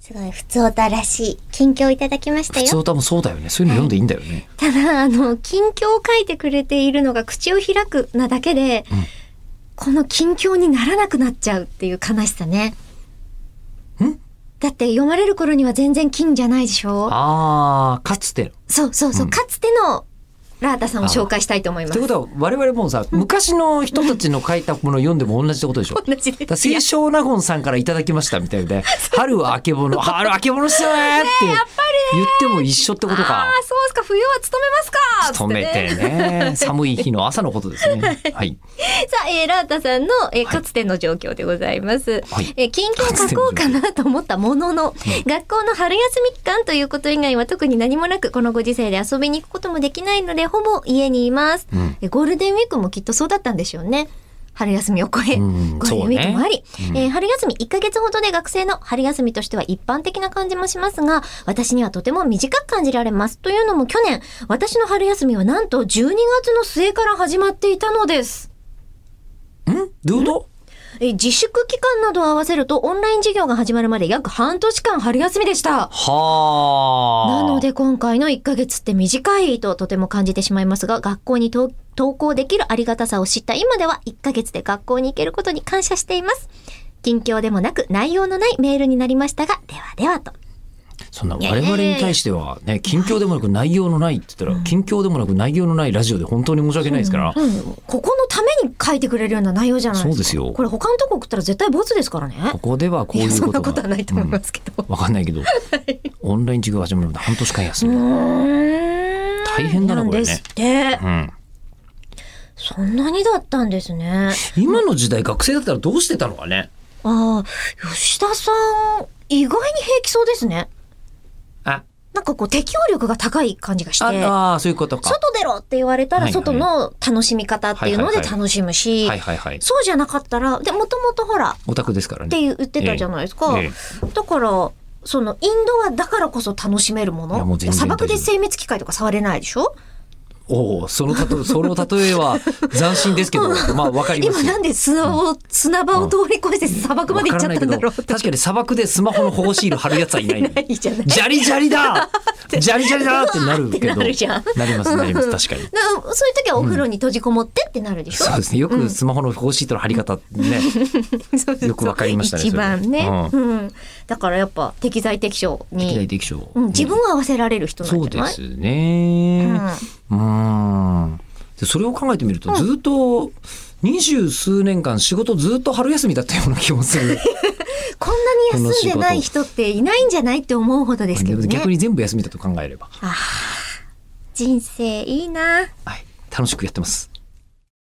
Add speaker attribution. Speaker 1: すごい、普通歌らしい、近況いただきました
Speaker 2: 普通
Speaker 1: よ。
Speaker 2: 歌もそうだよね。そういうの読んでいいんだよね。
Speaker 1: ただ、あの、近況を書いてくれているのが口を開くなだけで、この近況にならなくなっちゃうっていう悲しさね。だって読まれる頃には全然金じゃないでしょ
Speaker 2: ああ、かつての。
Speaker 1: そうそうそう、かつてのラータさんを紹介したいと思いま
Speaker 2: と
Speaker 1: す
Speaker 2: いう。ことは我々もさ、昔の人たちの書いたものを読んでも同じってことでしょ。
Speaker 1: 同じです
Speaker 2: だから清少納言さんからいただきましたみたいで「春はあけぼの春はあけぼのっすよね」って言っても一緒ってこと
Speaker 1: あ
Speaker 2: か
Speaker 1: あ、そうですか、冬は勤めますか
Speaker 2: 止めてね寒い日の朝のことです ねはい
Speaker 1: さあ、えー、ラータさんの、えーかつての状況でございます。
Speaker 2: はい
Speaker 1: えー近況書こうかなと思ったものの、学校の春休み期間ということ以外は特に何もなく、このご時世で遊びに行くこともできないので、ほぼ家にいます、
Speaker 2: ん
Speaker 1: えーゴールデンウィークもきっとそうだったんでしょうね。春休みを超え、
Speaker 2: うん
Speaker 1: ゴールデンウィークもあり、
Speaker 2: そうねうん
Speaker 1: えー春休み1ヶ月ほどで学生の春休みとしては一般的な感じもしますが、私にはとても短く感じられます。というのも去年、私の春休みはなんと12月の末から始まっていたのです。
Speaker 2: んどういうこ
Speaker 1: えー自粛期間などを合わせるとオンライン授業が始まるまで約半年間春休みでした。
Speaker 2: とはあ
Speaker 1: なので今回の1ヶ月って短いととても感じてしまいますが、学校に登登校できるありがたさを知った今では1ヶ月で学校に行けることに感謝しています。近況でもなく内容のないメールになりましたが、ではではと。
Speaker 2: そんな我々に対してはね近況でもなく内容のないって言ったら近況でもなく内容のないラジオで本当に申し訳ないですから
Speaker 1: うん、ここのために書いてくれるような内容じゃないですか。
Speaker 2: そうですよ
Speaker 1: これ他のとこ送ったら絶対ボツですからね。
Speaker 2: ここではこう
Speaker 1: い
Speaker 2: い
Speaker 1: や
Speaker 2: う
Speaker 1: そん
Speaker 2: こ
Speaker 1: な
Speaker 2: と
Speaker 1: ことはないと思いますけど。
Speaker 2: わかんないけど、オンライン授業始まるまで半年間休み。うん。
Speaker 1: 大
Speaker 2: 大変だなこれね
Speaker 1: ですって。そんなにだったんですね。
Speaker 2: 今の時代学生だったらどうしてたのかね。
Speaker 1: ああ、吉田さん、意外に平気そうですね。
Speaker 2: あ、
Speaker 1: なんかこう適応力が高い感じがして。
Speaker 2: ああー、そういうことか。
Speaker 1: 外出ろって言われた
Speaker 2: は
Speaker 1: ら
Speaker 2: いはい
Speaker 1: 外の楽しみ方っていうの
Speaker 2: はい
Speaker 1: で
Speaker 2: はいはい
Speaker 1: 楽しむし
Speaker 2: はい、はいはい。
Speaker 1: そうじゃなかったら、で、もともとほら、っ
Speaker 2: オタクですから
Speaker 1: て
Speaker 2: ね。
Speaker 1: 言ってたじゃないですか。
Speaker 2: ええ
Speaker 1: だから、そのインドはだからこそ楽しめるも
Speaker 2: いやも
Speaker 1: の
Speaker 2: う全然
Speaker 1: 砂
Speaker 2: 大丈夫
Speaker 1: 漠で精密機械とか触れないでしょ
Speaker 2: おお、そのたと、その例えは斬新です けど、まあわかり
Speaker 1: 今
Speaker 2: ますよ
Speaker 1: な。んで砂を、砂場を通り越して砂漠まで行っちゃったんだろ
Speaker 2: わ
Speaker 1: うって
Speaker 2: からないけど確かに砂漠でスマホの保護シール貼るやつはいな い。
Speaker 1: いいじゃない
Speaker 2: ジャリジャ リだジャリジャリだってなるけ
Speaker 1: うわーって
Speaker 2: ど。
Speaker 1: なるじゃん
Speaker 2: なります、なります、確 かに。
Speaker 1: だからそういう時はお風呂に閉じこもってってなるでしょ、
Speaker 2: そうですね。よくスマホの保護シートの貼り方ね。
Speaker 1: そうそう
Speaker 2: よくわかりましたね
Speaker 1: 一番ね、
Speaker 2: そ
Speaker 1: うんだからやっぱ適材適所
Speaker 2: 歴代
Speaker 1: に、
Speaker 2: 適所。
Speaker 1: うん、自分を合わせられる人な
Speaker 2: そ
Speaker 1: ん
Speaker 2: う
Speaker 1: じ
Speaker 2: で
Speaker 1: ゃない
Speaker 2: すね。うーん。でそれを考えてみると、ずっと二十数年間仕事ずっと春休みだったような気もする。
Speaker 1: こんなに休んでない人っていないんじゃないって思うほどですけど
Speaker 2: でも
Speaker 1: ね
Speaker 2: 逆に全部休みだと考えれば、
Speaker 1: 人生いいな
Speaker 2: はい、楽しくやってます。